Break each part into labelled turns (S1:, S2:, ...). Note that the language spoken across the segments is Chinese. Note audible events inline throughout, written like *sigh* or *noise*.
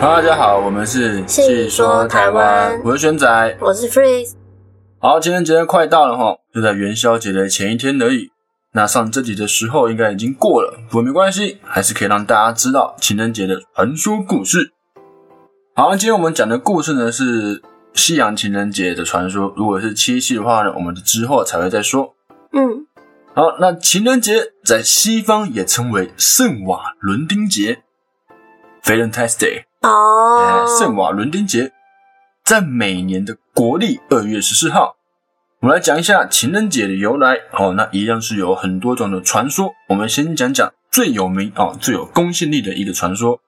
S1: Hello，大家好，我们是
S2: 细说台湾
S1: 我是轩仔。
S2: 我是 Freeze，
S1: 好，情人节快到了哈，就在元宵节的前一天而已。那上这集的时候应该已经过了，不过没关系，还是可以让大家知道情人节的传说故事。好，今天我们讲的故事呢是西洋情人节的传说，如果是七夕的话呢，我们之后才会再说。
S2: 嗯，
S1: 好，那情人节在西方也称为圣瓦伦丁节 （Valentine's Day）。
S2: 哦
S1: 呃，圣瓦伦丁节，在每年的国历二月十四号。我们来讲一下情人节的由来哦，那一样是有很多种的传说。我们先讲讲最有名哦、最有公信力的一个传说。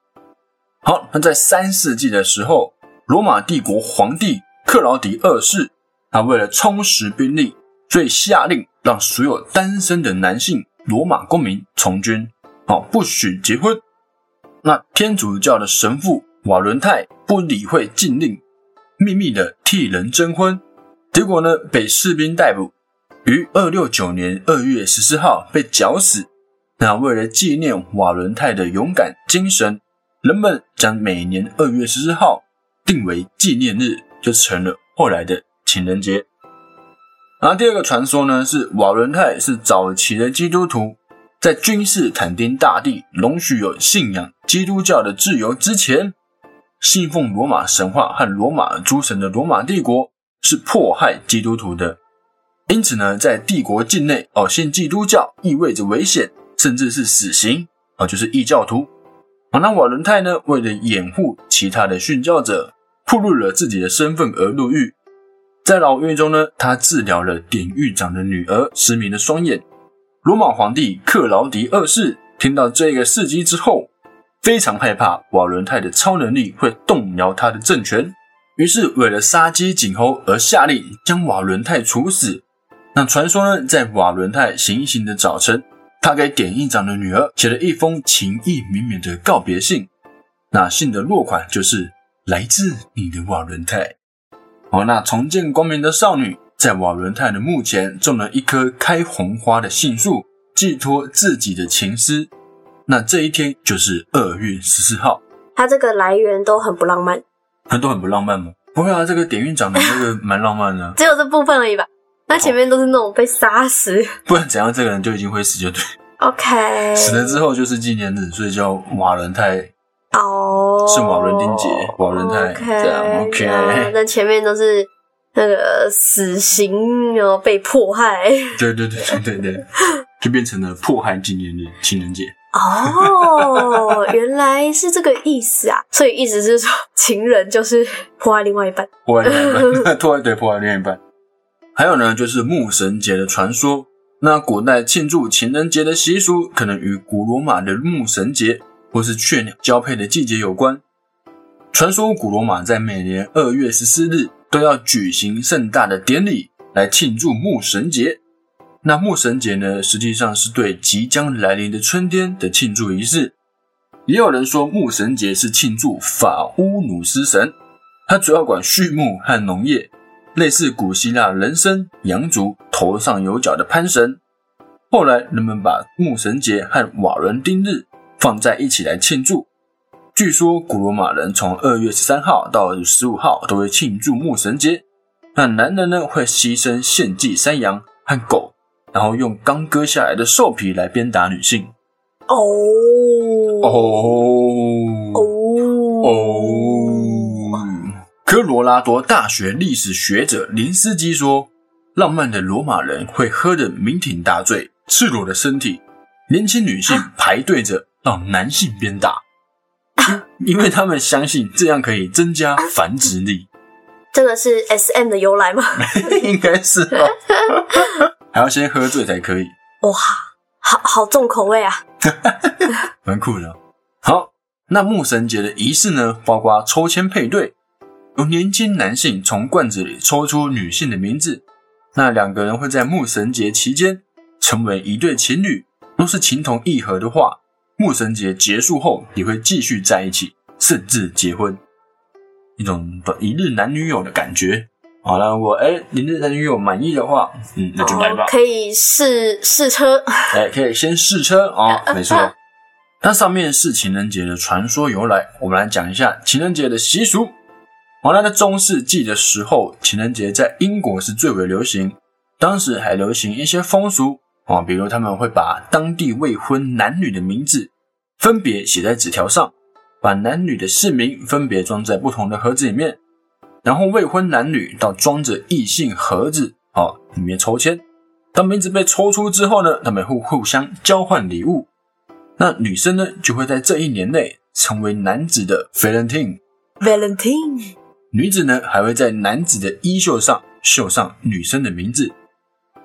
S1: 好，那在三世纪的时候，罗马帝国皇帝克劳迪二世，他为了充实兵力，所以下令让所有单身的男性罗马公民从军，哦，不许结婚。那天主教的神父瓦伦泰不理会禁令，秘密的替人征婚，结果呢被士兵逮捕，于二六九年二月十四号被绞死。那为了纪念瓦伦泰的勇敢精神，人们将每年二月十四号定为纪念日，就成了后来的情人节。然后第二个传说呢是瓦伦泰是早期的基督徒，在君士坦丁大帝容许有信仰基督教的自由之前，信奉罗马神话和罗马诸神的罗马帝国是迫害基督徒的。因此呢，在帝国境内哦，信基督教意味着危险，甚至是死刑哦，就是异教徒。啊，那瓦伦泰呢，为了掩护其他的殉教者，暴露了自己的身份而入狱。在牢狱中呢，他治疗了典狱长的女儿失明的双眼，罗马皇帝克劳迪二世听到这个事迹之后，非常害怕瓦伦泰的超能力会动摇他的政权，于是为了杀鸡儆猴而下令将瓦伦泰处死。那传说呢，在瓦伦泰行刑的早晨，他给典狱长的女儿写了一封情意绵绵的告别信，那信的落款就是“来自你的瓦伦泰”。哦，那重见光明的少女在瓦伦泰的墓前种了一棵开红花的杏树，寄托自己的情思。那这一天就是二月十四号，
S2: 它这个来源都很不浪漫，
S1: 很多很不浪漫吗？不会啊，这个典狱长的这个蛮浪漫的，
S2: 只有这部分而已吧。那前面都是那种被杀死。
S1: 不然怎样这个人就已经会死就对，
S2: 哦 OK，
S1: 死了之后就是纪念日，所以叫瓦伦泰。
S2: 哦，
S1: 圣瓦伦丁节瓦伦泰
S2: OK，
S1: 这样 OK
S2: 那那前面都是那个死刑，然后被迫害。
S1: 对对对对对对，就变成了迫害纪念日情人节。
S2: 哦， *laughs* 原来是这个意思啊！所以意思是说，情人就是迫害另外一半。
S1: 破坏另一半， *laughs* 破坏对破坏另一半。还有呢，就是牧神节的传说。那古代庆祝情人节的习俗，可能与古罗马的牧神节或是雀鸟交配的季节有关。传说古罗马在每年二月十四日都要举行盛大的典礼来庆祝牧神节。那牧神节呢，实际上是对即将来临的春天的庆祝仪式。也有人说，牧神节是庆祝法乌努斯神，它主要管畜牧和农业，类似古希腊人参、羊族头上有角的潘神。后来人们把牧神节和瓦伦丁日放在一起来庆祝。据说古罗马人从二月十三号到十五号都会庆祝牧神节。那男人呢会牺牲献祭山羊和狗，然后用刚割下来的兽皮来鞭打女性。
S2: 哦
S1: 哦
S2: 哦，
S1: 哦，科罗拉多大学历史学者林斯基说，浪漫的罗马人会喝得酩酊大醉，赤裸的身体，年轻女性排队着让男性鞭打， *laughs* 因因为他们相信这样可以增加繁殖力， *laughs*
S2: 这个是 S M 的由来吗？
S1: 应该是哦， *laughs* 还要先喝醉才可以，
S2: 哇，好好重口味啊！
S1: 蛮酷的。好，那牧神节的仪式呢，包括抽签配对，由年轻男性从罐子里抽出女性的名字，那两个人会在牧神节期间成为一对情侣。若是情投意合的话，牧神节结束后也会继续在一起，甚至结婚，一种一日男女友的感觉。好了，我哎，一日男女友满意的话，嗯，那就来吧 *laughs*
S2: 哦。可以试试车，
S1: 哎，可以先试车哦，没错。那上面是情人节的传说由来，我们来讲一下情人节的习俗。好，那在中世纪的时候，情人节在英国是最为流行，当时还流行一些风俗啊，比如他们会把当地未婚男女的名字分别写在纸条上，把男女的姓名分别装在不同的盒子里面，然后未婚男女到装着异性盒子啊里面抽签。当名字被抽出之后呢，他们会互相交换礼物。那女生呢，就会在这一年内成为男子的 Valentine，
S2: Valentine，
S1: 女子呢还会在男子的衣袖上绣上女生的名字。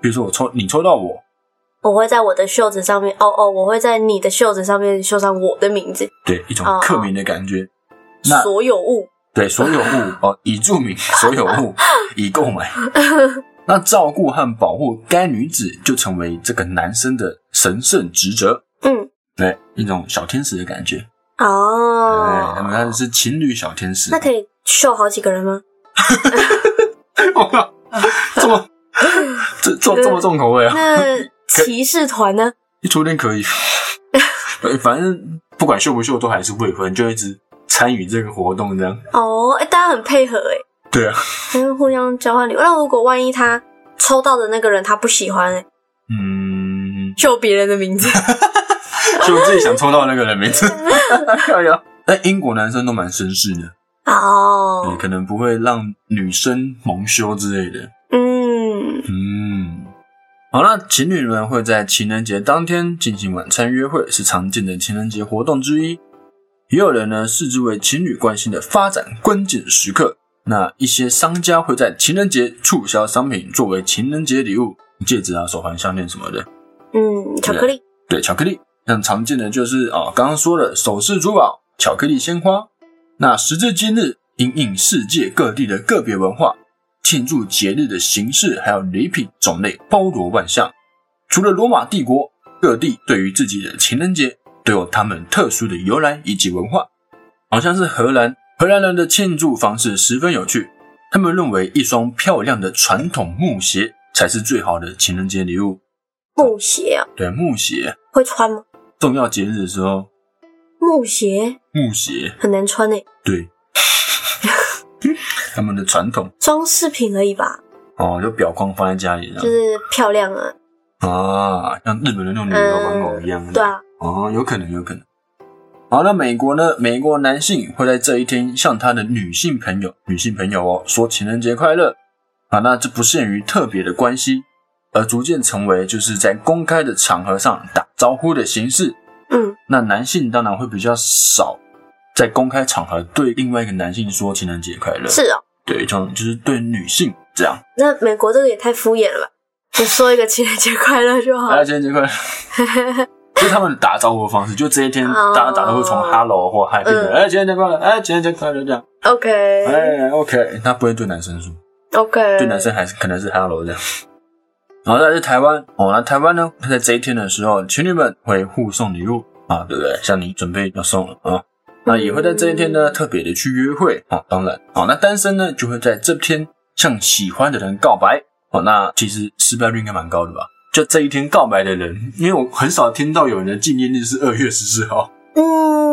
S1: 比如说我抽你抽到我，
S2: 我会在我的袖子上面，哦哦，我会在你的袖子上面绣上我的名字，
S1: 对一种
S2: 哦
S1: 刻名的感觉。那
S2: 所有物。
S1: 对所有
S2: *laughs*
S1: 物哦，已注明所有物已购买。那照顾和保护该女子就成为这个男生的神圣职责，
S2: 嗯，
S1: 对一种小天使的感觉。对，他们
S2: 哦，
S1: 他哎是情侣小天使。
S2: 那可以秀好几个人吗？
S1: *laughs* 我靠， *laughs* 这么这这这么重口味啊！
S2: 那骑士团呢？
S1: 初恋可以，对反正不管秀不秀，都还是未婚，就一直参与这个活动这样。
S2: 哦，哎、大家很配合哎、
S1: 对啊，
S2: 还会互相交换礼物。那如果万一他抽到的那个人他不喜欢、欸，
S1: 嗯，
S2: 秀别人的
S1: *laughs*
S2: 名字，
S1: 就自己想抽到那个人名字。 *laughs* 哎
S2: *laughs*
S1: 呀，但英国男生都蛮绅士的，嗯对
S2: 哦，
S1: 可能不会让女生蒙羞之类的。
S2: 嗯，
S1: 嗯，好，那情侣们会在情人节当天进行晚餐约会，是常见的情人节活动之一。也有人呢视之为情侣关系的发展关键时刻。那一些商家会在情人节促销商品作为情人节礼物，戒指啊、手环、项链什么的。
S2: 嗯，巧克力，
S1: 对，巧克力。像常见的就是啊、哦刚刚说的首饰珠宝、巧克力鲜花。那时至今日，因应世界各地的个别文化，庆祝节日的形式还有礼品种类包罗万象。除了罗马帝国，各地对于自己的情人节都有他们特殊的由来以及文化。好像是荷兰，荷兰人的庆祝方式十分有趣。他们认为一双漂亮的传统木鞋才是最好的情人节礼物。
S2: 木鞋啊，
S1: 对，木鞋。
S2: 会穿吗？
S1: 重要节日的时候，
S2: 木鞋
S1: 木鞋
S2: 很难穿诶、欸
S1: 对 *laughs* 他们的传统
S2: 装饰品而已吧，
S1: 哦，就表框放在家里这
S2: 就
S1: 样
S2: 是漂亮啊，嗯
S1: 啊，像日本的那种旅游玩偶一样。
S2: 对啊，
S1: 哦，有可能，有可能。好，那美国呢？美国男性会在这一天向他的女性朋友、女性朋友哦说情人节快乐啊。那这不限于特别的关系，而逐渐成为就是在公开的场合上打招呼的形式。
S2: 嗯，
S1: 那男性当然会比较少在公开场合对另外一个男性说情人节快乐，
S2: 是哦。
S1: 对，这种就是对女性这样，
S2: 那美国这个也太敷衍了吧， *laughs* 就说一个情人节快乐就好
S1: 大家
S2: 了。
S1: 情人节快乐， *laughs* 就是他们打招呼的方式，就这一天
S2: 哦
S1: 大家打招呼从 hello 或 hi 变成
S2: 嗯
S1: 哎情人节快乐，哎情人节快乐这样，
S2: OK
S1: 哎 OK，他不会对男生说，
S2: OK，
S1: 对男生还是可能是 hello 这样。然后再是台湾哦，那台湾呢，在这一天的时候，情侣们会互送礼物啊，对不对？像你准备要送了啊，那也会在这一天呢特别的去约会啊。当然啊，那单身呢就会在这天向喜欢的人告白啊。那其实失败率应该蛮高的吧？就这一天告白的人，因为我很少听到有人的纪念日是二月十四号。
S2: 嗯，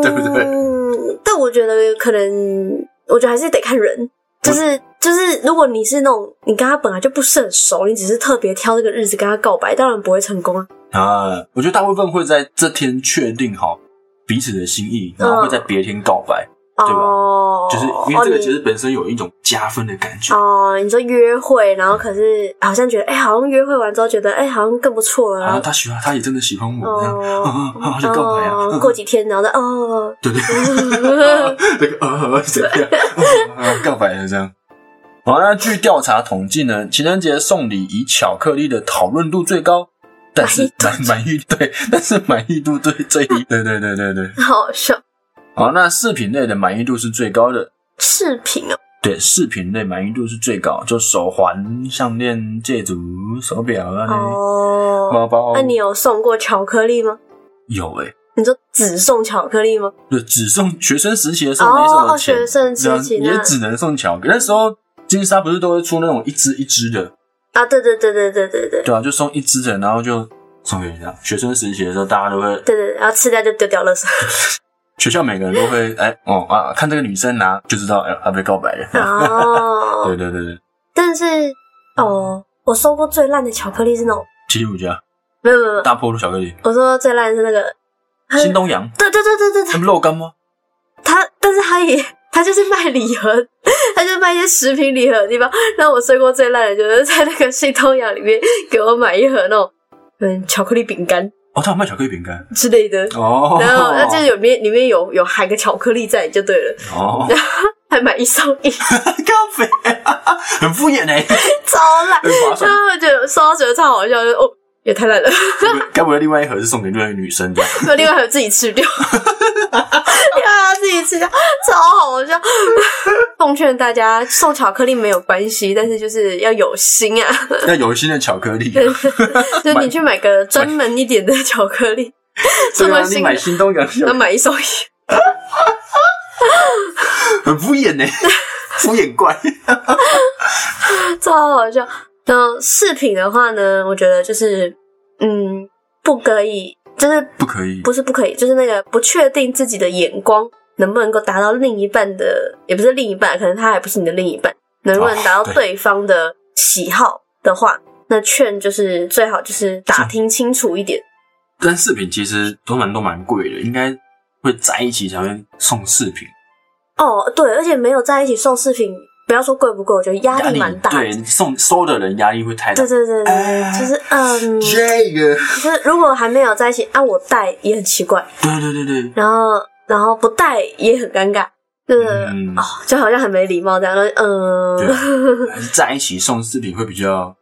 S1: *laughs* 对不对
S2: 嗯，但我觉得可能，我觉得还是得看人，就是就是，如果你是那种你跟他本来就不是很熟，你只是特别挑这个日子跟他告白，当然不会成功啊。
S1: 啊，我觉得大部分会在这天确定好彼此的心意，然后会在别天告白，对吧
S2: 哦，
S1: 就是因为这个其
S2: 哦
S1: 实本身有一种加分的感
S2: 你
S1: 觉。
S2: 哦，你说约会，然后可是好像觉得，哎、好像约会完之后觉得，哎、好像更不错了，
S1: 然
S2: 然
S1: 后啊
S2: 后
S1: 他喜欢，他也真的喜欢我，这样，
S2: 哦
S1: 啊啊啊，就告白
S2: 哦
S1: 啊，
S2: 过几天然后再哦，
S1: 对对，这个呃怎样啊啊告白了这样。好，那据调查统计呢，情人节送礼以巧克力的讨论度最高，但是满满意对，但是满意度最最
S2: *laughs*
S1: 低，对对对对对。
S2: 好笑，
S1: 好，那饰品类的满意度是最高的，
S2: 饰品哦，
S1: 对，饰品类满意度是最高，就手环、项链、戒指、手表啊，
S2: 哦，
S1: 包包。
S2: 那你有送过巧克力吗？
S1: 有哎诶、
S2: 你说只送巧克力吗？
S1: 就只送学生时期的时候没什
S2: 哦，
S1: 么
S2: 哦
S1: 钱，
S2: 学生
S1: 对啊
S2: 时期
S1: 也
S2: 那
S1: 只能送巧克力。那时候金沙不是都会出那种一支一支的，
S2: 啊，对对对对对对对，
S1: 对啊，就送一支的，然后就送给人家。学生时期的时候，大家都会， *laughs*
S2: 对对，对然后吃掉就丢掉垃圾。
S1: 学校每个人都会，哎，哦啊，看这个女生拿就知道， *laughs* 哎，她被告白了。
S2: 哦
S1: 对，对对对，
S2: 但是哦，我收过最烂的巧克力是那种，
S1: 七七五家
S2: 没有没有没有，
S1: 大坡路巧克力，
S2: 我说最烂的是那个，它
S1: 新东阳，
S2: 对对对对对对
S1: 那，不肉干吗？
S2: 他，但是他也，他就是卖礼盒，他就卖一些食品礼盒的地方。那我睡过最烂的就是在那个新东阳里面给我买一盒那种，嗯，巧克力饼干
S1: 哦，他有卖巧克力饼干
S2: 之类的。
S1: 哦，
S2: 然后，那就是有面里面有有含个巧克力在就对了，
S1: 哦，
S2: 还买一送一，
S1: 咖啡， *laughs* 很敷衍哎，
S2: 超烂。
S1: 很 *laughs* 划
S2: 然
S1: 算。
S2: 后我觉得收到觉得超好笑，就是哦，也太烂了， *laughs*
S1: 该不会另外一盒是送给那个女生的？
S2: 没有另外还有自己吃掉， *laughs* 另外还有自己吃掉，超好笑。 *laughs* 奉劝大家送巧克力没有关系，但是就是要有心啊。
S1: 那有新的巧克力啊，
S2: 就是你去买个专门一点的巧克力， *laughs* 这
S1: 对
S2: 么
S1: 啊，你
S2: 新
S1: 买
S2: 的，
S1: 新东阳巧克
S2: 然后
S1: 力
S2: 买一送一，
S1: 很敷
S2: *laughs*
S1: 衍呢，敷衍怪。
S2: 超好笑。那饰品的话呢，我觉得就是，嗯，不可以，就是
S1: *laughs* 不可以，
S2: 不是不可以，就是那个不确定自己的眼光能不能够达到另一半的，也不是另一半，可能他还不是你的另一半，能不能达
S1: 哦
S2: 到对方的喜好的话，那劝就是最好就是打听清楚一点。
S1: 但饰品其实都蛮都蛮贵的，应该会在一起才会送饰品，
S2: 哦，对，而且没有在一起送饰品，不要说贵不贵，我觉得压力蛮大的。
S1: 对送收的人压力会太大
S2: 对。对对
S1: 哎
S2: 对，就是嗯，就
S1: 这个，
S2: 是如果还没有在一起，啊，我带也很奇怪，
S1: 对对对对，
S2: 然后然后不带也很尴尬，就是、
S1: 嗯
S2: 哦，就好像很没礼貌这样，
S1: 对
S2: 嗯，
S1: 还是在一起送饰品会比较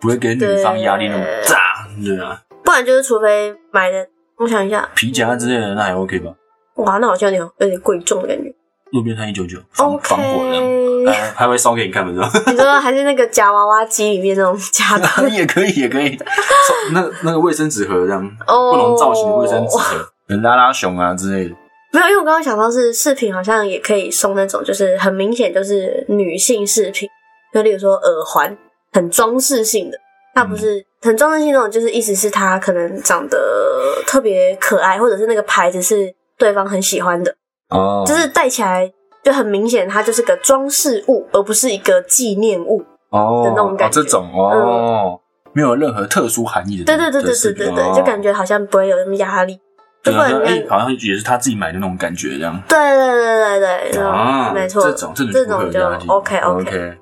S1: 不会给女方压力那么大，对啊，
S2: 不然就是除非买的，我想一下，
S1: 皮夹之类的那还 OK 吧？
S2: 哇，那好像有点有点贵重的感觉。
S1: 路边摊一九九防防火
S2: *laughs*
S1: 的，啊
S2: OK，
S1: 还还会烧给你看，不是吗？
S2: *laughs* 你说还是那个夹娃娃机里面那种夹的
S1: *laughs* 也可以，也可以， *laughs* 送那那个卫生纸盒这样，
S2: 哦，
S1: *laughs* 不同造型的卫生纸盒，人拉拉熊啊之类的。
S2: 没有，因为我刚刚想到是饰品，好像也可以送那种，就是很明显就是女性饰品，就例如说耳环，很装饰性的，它不是、很装饰性那种，就是意思是它可能长得特别可爱，或者是那个牌子是对方很喜欢的，
S1: 哦，
S2: 就是戴起来就很明显，它就是个装饰物，而不是一个纪念物。
S1: 哦
S2: 的那种感觉嗯
S1: 哦、这种哦，没有任何特殊含义的，
S2: 对对对对
S1: 的
S2: 对
S1: 饰
S2: 对
S1: 品
S2: 对，
S1: 哦
S2: 就感觉好像不会有那么压力，就
S1: 对
S2: 不嗯
S1: 好
S2: 然
S1: 像
S2: 人
S1: 哎，
S2: 家。
S1: 好像也是他自己买的那种感觉这样。
S2: 对对对对对，
S1: 啊，
S2: 嗯没错，
S1: 这种这种
S2: 这
S1: 不会
S2: 种
S1: 有
S2: 就
S1: 压力
S2: OK OK，
S1: OK。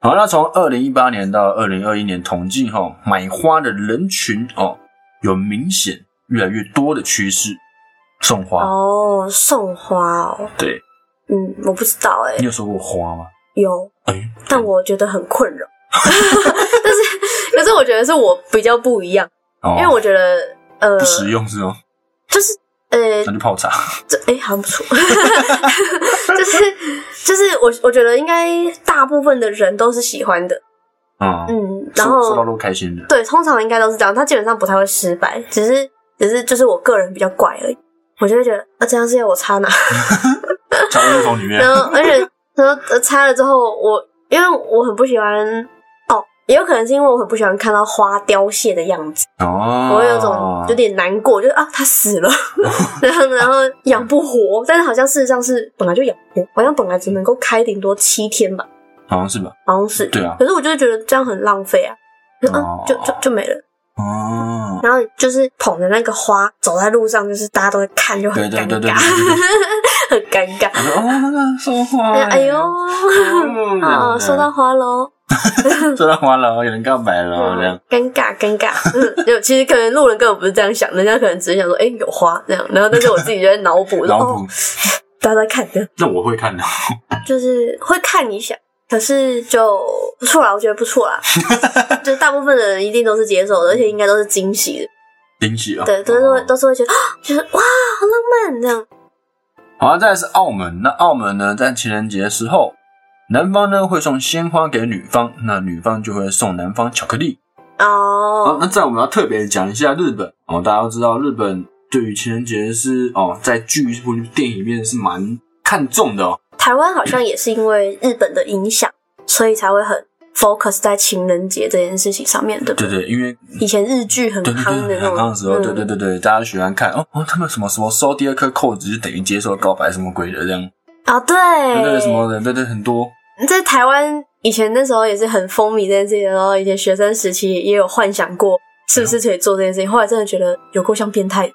S1: 好，那从二零一八年到二零二一年统计后，买花的人群哦，有明显越来越多的趋势，送花。
S2: 哦，送花哦，
S1: 对
S2: 嗯，我不知道哎、
S1: 你有收过花吗？
S2: 有，
S1: 哎，
S2: 但我觉得很困扰。 *laughs* 但是，可是我觉得是我比较不一样，
S1: 哦
S2: 因为我觉得呃
S1: 不，实用是吗？
S2: 就是呃，
S1: 那就泡茶。
S2: 这哎、好像不错， *laughs* 就是就是我我觉得应该大部分的人都是喜欢的，
S1: 嗯，
S2: 嗯，
S1: 收
S2: 然
S1: 收到
S2: 后
S1: 都开心的。
S2: 对，通常应该都是这样，他基本上不太会失败，只是只是就是我个人比较怪而已，我就会觉得啊，这样是要我插哪？
S1: 假如从里面，
S2: *laughs* 然后而且然后呃拆了之后，我因为我很不喜欢哦，也有可能是因为我很不喜欢看到花凋谢的样子，
S1: 哦，
S2: 我会有种有点难过，就是啊它
S1: *laughs*
S2: 死了，然后然后养不活，但是好像事实上是本来就养不活，好像本来只能够开顶多七天吧，
S1: 好像是吧？
S2: 好像是。
S1: 对啊
S2: 可是我就会觉得这样很浪费啊，就啊
S1: 哦
S2: 就就就没了。
S1: 哦，
S2: 然后就是捧着那个花走在路上，就是大家都会看，就很
S1: 对对
S2: 尴
S1: 对对
S2: 尬， *laughs* 很尴尬。
S1: 哦，收花
S2: 那
S1: 了，
S2: 哎呦，
S1: 嗯
S2: 啊，收到花喽！
S1: 收到花了，有人告白
S2: 嗯
S1: 了，这样
S2: 尴尬尴尬，嗯，有其实可能路人根本不是这样想，人家可能只是想说，哎、有花这样，然后但是我自己就在脑
S1: *laughs*
S2: 补，说
S1: 脑
S2: 哦
S1: 补，。
S2: 大家在看这样，
S1: 那我会看的，
S2: 就是会看一下，可是就不错啦，我觉得不
S1: *laughs*
S2: 错啦，就大部分的人一定都是接受的，而且应该都是惊喜的，
S1: 惊喜啊！
S2: 对，都是会
S1: 哦
S2: 都是会觉得，啊就是哇，好浪漫这样，
S1: 好，那再来是澳门。那澳门呢，在情人节的时候，男方呢会送鲜花给女方，那女方就会送男方巧克力。好，
S2: 哦，
S1: 那再我们要特别讲一下日本哦，大家都知道日本对于情人节是哦，在剧部电影里面是蛮看重的哦。
S2: 台湾好像也是因为日本的影响，所以才会很 focus 在情人节这件事情上面，对不
S1: 对对，因为
S2: 以前日剧很
S1: 对对
S2: 夯的
S1: 对，
S2: 那
S1: 很
S2: 种，
S1: 胖的时候，对
S2: 嗯
S1: 对对对，大家喜欢看哦哦，他们什么什么收第二颗扣子就等于接受告白什么鬼的这样，
S2: 啊，对，
S1: 对对什么的，对对很
S2: *laughs*
S1: 多，
S2: 在台湾以前那时候也是很风靡这件事情，然后以前学生时期也有幻想过是不是可以做这件事情，后来真的觉得有够像
S1: *laughs*
S2: 变态，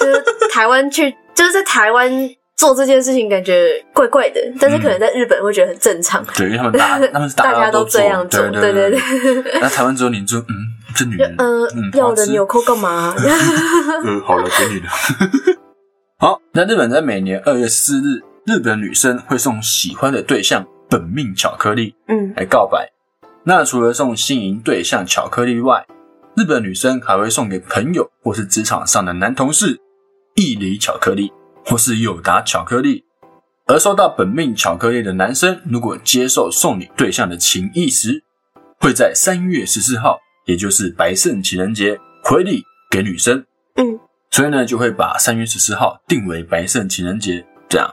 S2: 就是台湾去就是在台湾做这件事情感觉怪怪的，但是可能在日本会觉得很正常，
S1: 对，因为他们大他们是
S2: 大
S1: 家
S2: 都
S1: 做
S2: 这样做，
S1: 对对
S2: 对对。
S1: 那台湾只有你就嗯，这女人，
S2: 呃，
S1: 嗯，
S2: 要
S1: 好吃
S2: 人有空干嘛？ *laughs*
S1: *laughs* 呃，好了，给你了。好，那日本在每年二月四日，日本女生会送喜欢的对象本命巧克力
S2: 嗯，
S1: 来告白。那除了送心仪对象巧克力外，日本女生还会送给朋友或是职场上的男同事一梨巧克力或是友达巧克力。而收到本命巧克力的男生，如果接受送礼对象的情意时，会在三月十四号，也就是白圣情人节回礼给女生。
S2: 嗯，
S1: 所以呢，就会把三月十四号定为白圣情人节。这样，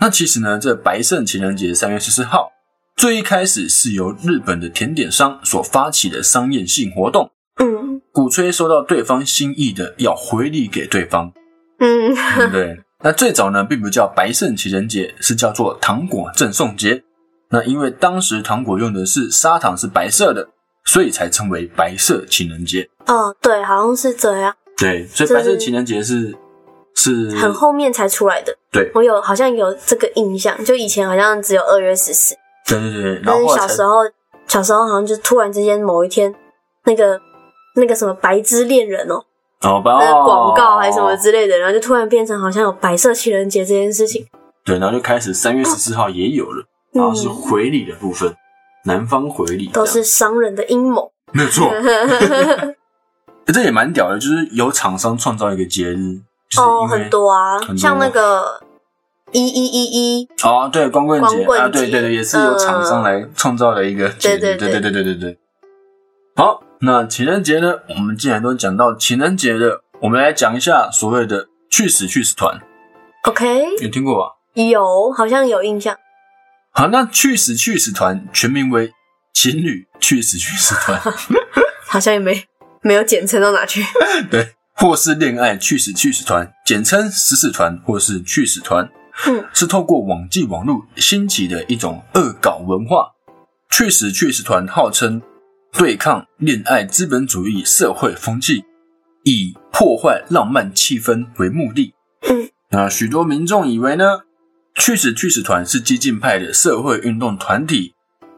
S1: 那其实呢，这白圣情人节三月十四号最一开始是由日本的甜点商所发起的商业性活动，
S2: 嗯
S1: 鼓吹收到对方心意的要回礼给对 *laughs* 方，
S2: 嗯 *laughs*
S1: 对不对？那最早呢，并不叫白圣情人节，是叫做糖果赠送节。那因为当时糖果用的是砂糖是白色的，所以才称为白色情人节。
S2: 哦，对，好像是这样，
S1: 对，所以
S2: 这
S1: 白色
S2: 是
S1: 情人节是是
S2: 很后面才出来的。
S1: 嗯对
S2: 我有好像有这个印象，就以前好像只有二月十四，
S1: 对对对，然
S2: 但
S1: 后
S2: 是
S1: 后来
S2: 嗯小
S1: 才
S2: 时候小时候好像就突然之间某一天，那个那个什么白之恋人哦，
S1: 哦，把
S2: 那个广告还是什么之类的，然后就突然变成好像有白色情人节这件事情。
S1: 对，然后就开始三月十四号也有了，然哦后是
S2: 嗯，
S1: 回礼的部分，男方回礼
S2: 都
S1: 这
S2: 是嗯
S1: 样
S2: 商人的阴谋。
S1: 没有错，
S2: *laughs*
S1: 这也蛮屌的，就是有厂商创造一个节日，就是
S2: 哦，
S1: 因为
S2: 很多啊
S1: 很，多
S2: 像那个一一一一，
S1: 哦，对，光棍节
S2: 光棍
S1: 啊，对
S2: 节嗯
S1: 对对，也是由厂商来创造的一个节日，
S2: 对
S1: 对对
S2: 对对
S1: 对对对对。好，那情人节呢，我们既然都讲到情人节了，我们来讲一下所谓的去死去死团，
S2: OK，
S1: 有听过吧？
S2: 有好像有印象。
S1: 好，那去死去死团全名为情侣去死去死团，
S2: 好像也没没有简称到
S1: *laughs*
S2: 哪去。
S1: 对，或是恋爱去死去死团，简称死死团或是去死团，
S2: 嗯，
S1: 是透过网际网络兴起的一种恶搞文化。去死去死团号称对抗恋爱资本主义社会风气，以破坏浪漫气氛为目的。
S2: 嗯，
S1: 那啊许多民众以为呢，去死去死团是激进派的社会运动团体，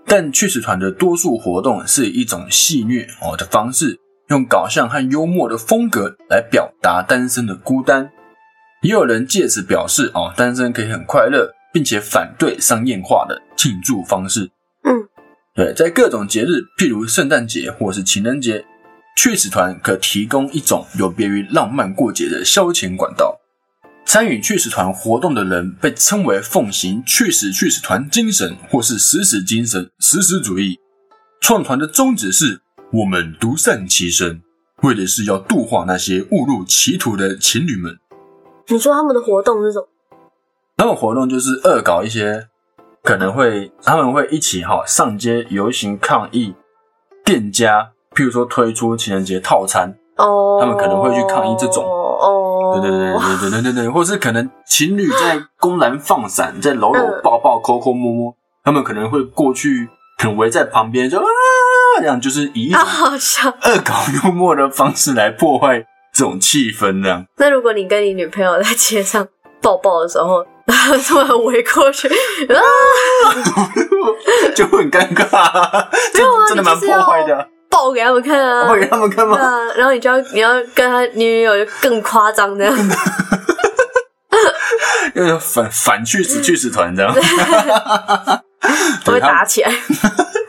S1: 但去死团的多数活动是一种戏谑哦的方式，用搞笑和幽默的风格来表达单身的孤单。也有人借此表示哦，单身可以很快乐，并且反对商业化的庆祝方式。
S2: 嗯，
S1: 对，呃在各种节日，譬如圣诞节或是情人节，去死团可提供一种有别于浪漫过节的消遣管道。参与去死团活动的人被称为奉行去死去死团精神或是死死精神、死死主义。创团的宗旨是我们独善其身，为的是要度化那些误入歧途的情侣们。
S2: 你说他们的活动是什么？
S1: 他们活动就是恶搞一些可能会他们会一起哈上街游行抗议店家，譬如说推出情人节套餐，
S2: 哦，
S1: 他们可能会去抗议这种
S2: 哦，
S1: 对对对对对对对对，或是可能情侣在公然放闪，在搂搂抱抱、抠抠摸摸，他们可能会过去，可能围在旁边就啊这样，就是以一种
S2: 啊，好笑。
S1: 恶搞幽默的方式来破坏这种气氛这样。
S2: 那如果你跟你女朋友在街上抱抱的时候，然后突然围
S1: *laughs*
S2: 过去，啊，
S1: 就很尴尬，
S2: 没有啊
S1: 这真的蛮破坏的啊，
S2: 抱给他们看啊，
S1: 我给他们看哦吗
S2: 对？啊，然后你就要你要跟他女友就更夸
S1: *laughs*
S2: 张的，
S1: 又反反去死去死团这
S2: *laughs*
S1: 样，
S2: 都
S1: 对他们
S2: 会打起来。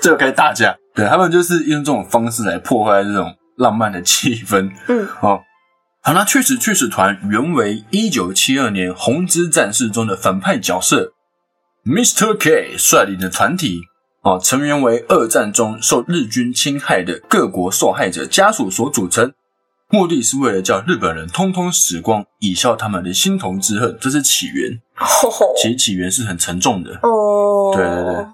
S1: 就开始打架。对他们就是用这种方式来破坏这种浪漫的气氛。
S2: 嗯，
S1: 哦，好，那去死去死团原为一九七二年《红之战士》中的反派角色 Mr. K 率领的团体。哦，成员为二战中受日军侵害的各国受害者家属所组成，目的是为了叫日本人通通死光，以消他们的心头之恨，这是起源。
S2: 吼吼
S1: 其实起源是很沉重的。
S2: *laughs* 哦，
S1: 对对对，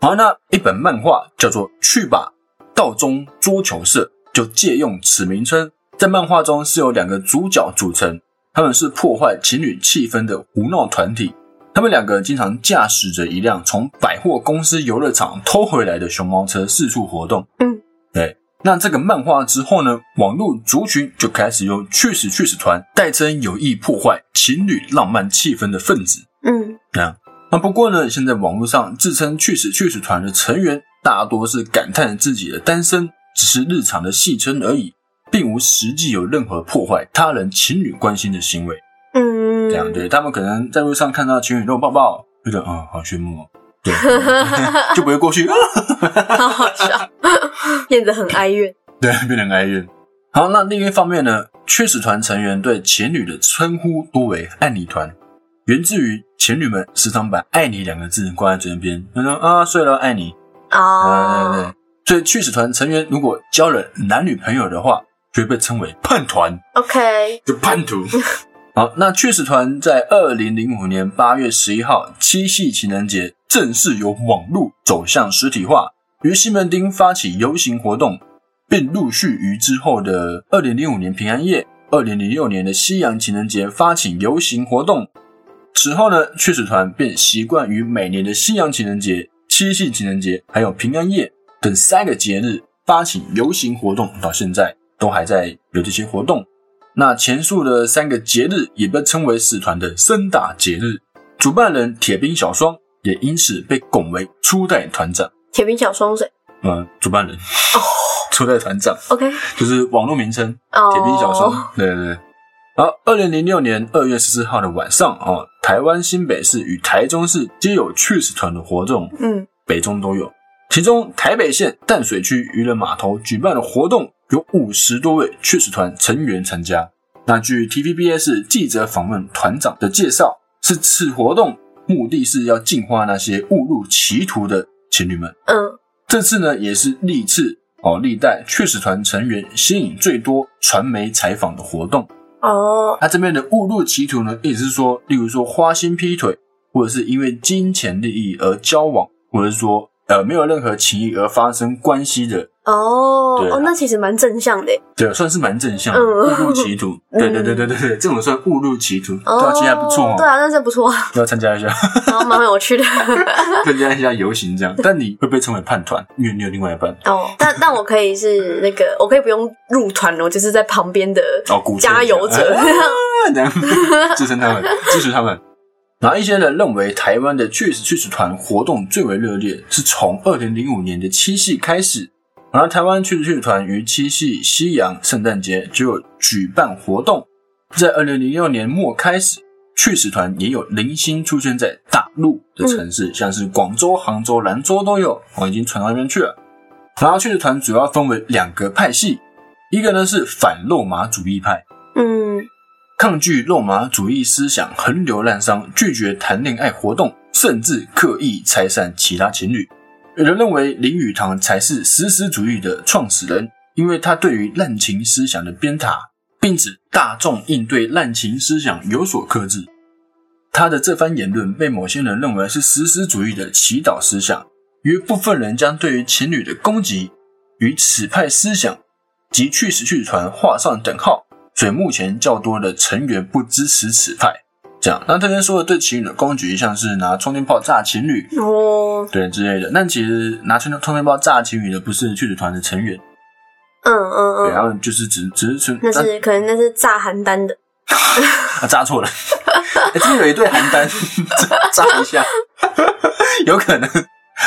S1: 好，那一本漫画叫做《去吧道中桌球社》，就借用此名称。在漫画中是由两个主角组成，他们是破坏情侣气氛的胡闹团体。他们两个经常驾驶着一辆从百货公司游乐场偷回来的熊猫车四处活动。
S2: 嗯，
S1: 对。那这个漫画之后呢，网络族群就开始有“去死去死团”代称有意破坏情侣浪漫气氛的分子。
S2: 嗯，
S1: 那那不过呢，现在网络上自称“去死去死团”的成员大多是感叹自己的单身只是日常的戏称而已，并无实际有任何破坏他人情侣关系的行为。
S2: 嗯，
S1: 这样对他们可能在路上看到情侣肉抱抱，觉得嗯好羡慕哦，对，就不会过去啊，
S2: 好好笑，变得很哀怨。
S1: 对，变得很哀怨。好，那另一方面呢，确实团成员对情侣的称呼多为“爱你团”，源自于情侣们时常把“爱你”两个字挂在嘴边，他说啊睡了爱你，啊对对
S2: 哦，
S1: 对。所以去死团成员如果交了男女朋友的话，就会被称为叛团，
S2: OK，
S1: 就叛徒。 *laughs* 好，那去死团在二零零五年八月十一号七夕情人节正式由网络走向实体化，于西门町发起游行活动，并陆续于之后的二零零五年平安夜、二零零六年的西洋情人节发起游行活动。此后呢，去死团便习惯于每年的西洋情人节、七夕情人节，还有平安夜等三个节日发起游行活动，到现在都还在有这些活动。那前述的三个节日也被称为使团的三大节日，主办人铁兵小双也因此被拱为初代团长。
S2: 铁饼小双水
S1: 嗯，主办人 *laughs* 哦，初代团长
S2: ，OK，
S1: 就是网络名称
S2: 哦，
S1: 铁臂小双，对对对。然后，二零零六年二月十四号的晚上啊、哦，台湾新北市与台中市皆有去死团的活动，
S2: 嗯，
S1: 北中都有。其中，台北县淡水区渔人码头举办的活动有五十多位去死团成员参加。那据 TVBS 记者访问团长的介绍，是此活动目的是要净化那些误入歧途的情侣们。
S2: 嗯，
S1: 这次呢，也是历次哦历代确实团成员吸引最多传媒采访的活动。
S2: 哦，
S1: 那这边的误入歧途呢，意思是说，例如说花心劈腿，或者是因为金钱利益而交往，或者是说呃没有任何情谊而发生关系的，
S2: 哦，
S1: 对啊
S2: 哦，那其实蛮正向的耶，
S1: 对，算是蛮正向的，
S2: 嗯
S1: 误入歧
S2: *laughs*
S1: 途。对对对对对对，这种算误入歧途，
S2: 哦
S1: 对啊，其实还不错哦
S2: 对。啊，那是不错，
S1: 要参加一下， *laughs*
S2: 然后蛮有趣的。
S1: 参加一下游行这样，但你会被称为叛团，因为你有另外一半
S2: 哦，但但我可以是那个，我可以不用入团哦，我就是在旁边的
S1: 哦，鼓吹一下哎
S2: 加油者。
S1: 这 *laughs* 样支撑他们，支持他们。然后一些人认为台湾的去死去死团活动最为热烈，是从二零零五年的七夕开始。然后台湾去死去死团于七夕、西洋、圣诞节就有举办活动，在二零零六年末开始，去死团也有零星出现在大陆的城市，像是广州、杭州、兰州都有，哦我已经传到那边去了。然后去死团主要分为两个派系，一个呢是反肉麻主义派。
S2: *laughs* 嗯，
S1: 抗拒肉麻主义思想横流滥觞，拒绝谈恋爱活动，甚至刻意拆散其他情侣。有人认为林语堂才是实施主义的创始人，因为他对于滥情思想的鞭挞，并指大众应对滥情思想有所克制。他的这番言论被某些人认为是实施主义的祈祷思想，于部分人将对于情侣的攻击与此派思想及去死去团画上等号。所以目前较多的成员不支持此派。这样，那这边说的对情侣的攻击，像是拿充电炮炸情侣，
S2: 哦，
S1: 对之类的。但其实拿充电充电炮炸情侣的不是去死团的成员，
S2: 嗯嗯
S1: 对，他啊
S2: 嗯，
S1: 们就是只只是纯
S2: 那是可能那是炸邯郸的，
S1: 啊炸错了。 *laughs* 欸、这边有一对邯郸，炸炸一下， *laughs* 有可能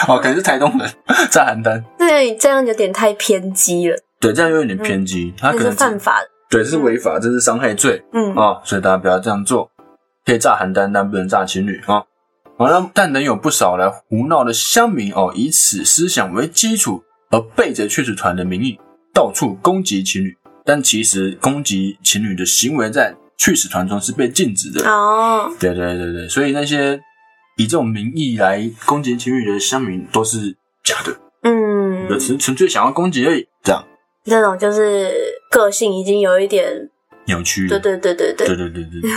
S1: 哦，可能是台东人炸邯郸。
S2: 对，这样有点太偏激了，
S1: 对，这样有点偏激，他
S2: 嗯
S1: 可
S2: 那是
S1: 能
S2: 犯
S1: 只
S2: 法的。
S1: 对这是违法，这是伤害罪。
S2: 嗯
S1: 啊、所以大家不要这样做。可以炸邯郸，但不能炸情侣啊。好、了，但仍有不少来胡闹的乡民哦，以此思想为基础，而背着确实团的名义到处攻击情侣。但其实攻击情侣的行为在去死团中是被禁止的。
S2: 哦，
S1: 对对对对，所以那些以这种名义来攻击情侣的乡民都是假的，
S2: 嗯，
S1: 只是纯粹想要攻击而已，这样
S2: 这种就是个性已经有一点，
S1: 扭曲。
S2: 对对对对对，
S1: *laughs* 对对对对。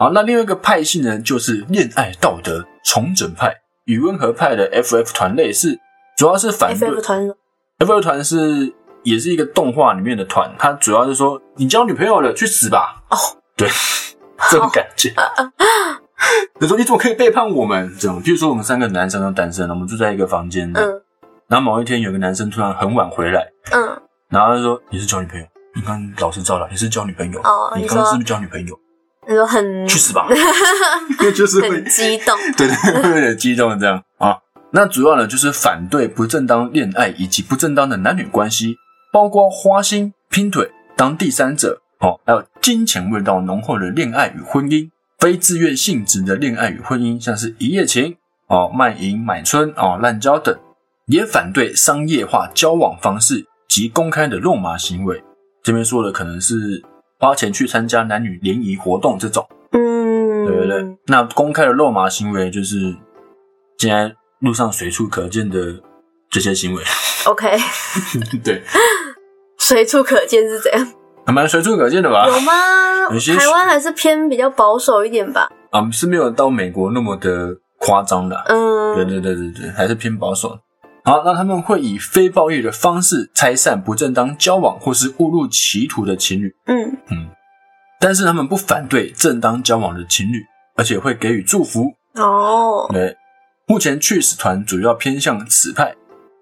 S1: 好，那另外一个派系呢，就是恋爱道德重整派。与温和派的 FF 团类似，主要是嗯反对
S2: FF 团是什么
S1: FF 团是也是一个动画里面的团，它主要是说你交女朋友了，去死吧！
S2: 哦，啊
S1: 对，这种感觉。就说你怎么可以背叛我们？这种，比如说我们三个男生都单身，我们住在一个房间，
S2: 嗯
S1: 然后某一天有个男生突然很晚回来，
S2: 嗯，
S1: 然后他就说你是交女朋友，你刚老师招了，你是交女朋友，
S2: 哦
S1: 你
S2: 你
S1: 刚刚
S2: 说嗯
S1: 是不是交女朋友？
S2: 那时候很
S1: 去死吧！ *laughs* 就是会
S2: 很激
S1: *laughs*
S2: 动，
S1: 对对，会有点激动这样啊。那主要呢就是反对不正当恋爱以及不正当的男女关系，包括花心、拼腿、当第三者哦，还有金钱味道浓厚的恋爱与婚姻，非自愿性质的恋爱与婚姻，像是一夜情哦、卖淫、买春哦、滥交等，也反对商业化交往方式及公开的肉麻行为。这边说的可能是花钱去参加男女联谊活动这种。
S2: 嗯，
S1: 对不对？那公开的肉麻行为就是现在路上随处可见的这些行为。 *laughs*
S2: ？OK，
S1: 对，
S2: 随处可见是怎样？
S1: 还蛮随处可见的吧？
S2: *laughs* 有吗？
S1: 有些
S2: 台湾还是偏比较保守一点吧。
S1: 啊、是没有到美国那么的夸张的啊、对
S2: 嗯，
S1: 对对对对，还是偏保守。好，那他们会以非暴力的方式拆散不正当交往或是误入歧途的情侣，
S2: 嗯，
S1: 但是他们不反对正当交往的情侣，而且会给予祝福，
S2: 哦，
S1: 对，目前去死团主要偏向此派，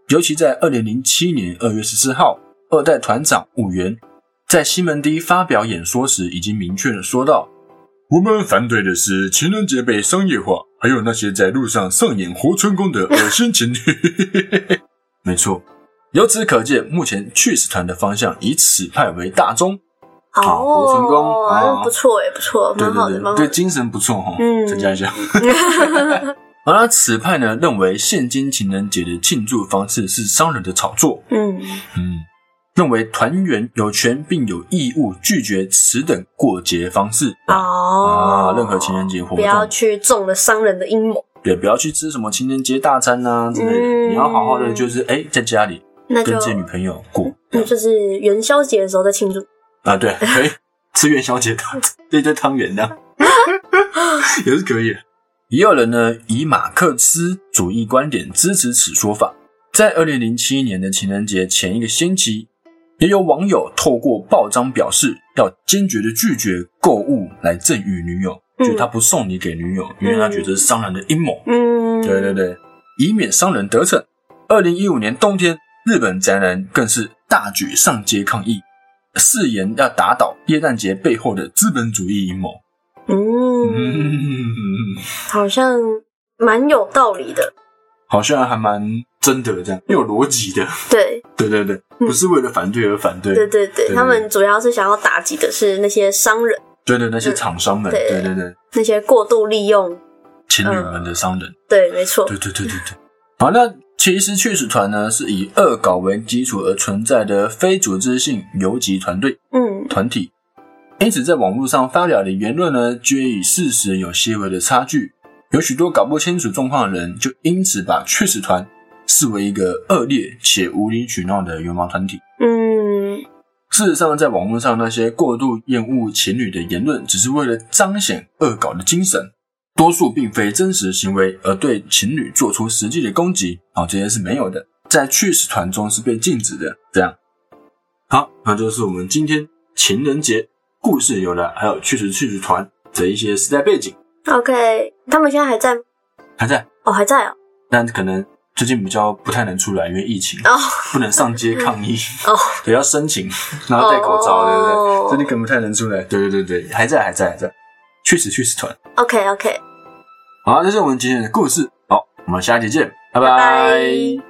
S1: 尤其在二零零七年二月十四号，二代团长五元在西门町发表演说时，已经明确的说到：“我们反对的是情人节被商业化，还有那些在路上上演活春宫的恶心情侣。” *laughs* 没错，由此可见，目前去死团的方向以此派为大宗。好我成功
S2: 哦，
S1: 啊
S2: 那不错哎，不错，
S1: 对
S2: 蛮好的，
S1: 对
S2: 蛮
S1: 对，
S2: 好
S1: 对
S2: 的。
S1: 精神不错哈，
S2: 嗯
S1: 增加一
S2: *laughs*
S1: 下。而他此派呢，认为现今情人节的庆祝方式是商人的炒作，
S2: 嗯，
S1: 嗯，认为团员有权并有义务拒绝此等过节方式啊，
S2: 哦
S1: 啊，任何情人节活动
S2: 不要去中了商人的阴谋，
S1: 对，不要去吃什么情人节大餐啊之类的，
S2: 嗯
S1: 你要好好的就是哎，在家里
S2: 那就
S1: 跟自己女朋友过
S2: 那就是元宵节的时候再庆祝。
S1: 啊，对，可以吃元宵节汤，对对汤圆的， *laughs* 也是可以的。也有人呢以马克思主义观点支持此说法。在二零零七年的情人节前一个星期，也有网友透过报章表示，要坚决的拒绝购物来赠与女友，
S2: 嗯
S1: 就他不送你给女友，因为他觉得是商人的阴谋。
S2: 嗯，
S1: 对对，对，以免商人得逞。二零一五年冬天，日本宅男更是大举上街抗议，誓言要打倒耶诞节背后的资本主义阴谋。
S2: 嗯，
S1: 嗯，
S2: 好像蛮有道理的。
S1: *laughs* 好像还蛮真的这样，有逻辑的。
S2: 对
S1: 对对对，不是为了反对而反对，
S2: 嗯对对对，
S1: 对
S2: 他们主要是想要打击的是那些商人，
S1: 对对那些厂商们，
S2: 对
S1: 对对对，
S2: 那些过度利用。
S1: 情侣们
S2: 嗯
S1: 的商人。
S2: 对，没错。
S1: 对对对对对。好，那其实去死团呢是以恶搞为基础而存在的非组织性游击团队。
S2: 嗯
S1: 团体，因此在网络上发表的言论呢，皆与事实有些微的差距。有许多搞不清楚状况的人，就因此把确实团视为一个恶劣且无理取闹的流氓团体。
S2: 嗯，
S1: 事实上，在网络上那些过度厌恶情侣的言论，只是为了彰显恶搞的精神，多数并非真实行为，而对情侣做出实际的攻击，啊、这些是没有的，在去死团中是被禁止的。这样，好，那就是我们今天情人节故事由来，还有去死去死团的一些时代背景，
S2: OK，他们现在还在吗
S1: 还在，
S2: 哦，还在哦。
S1: 但可能最近比较不太能出来，因为疫情，
S2: 哦
S1: 不能上街抗议，
S2: 哦，
S1: 对，要申请，然后戴口罩，对不对？
S2: 哦
S1: 这你可能不太能出来。对对对对，还在还在还在，去死去死团。
S2: OK OK，
S1: 好，这是我们今天的故事。好，我们下期见，拜
S2: 拜拜。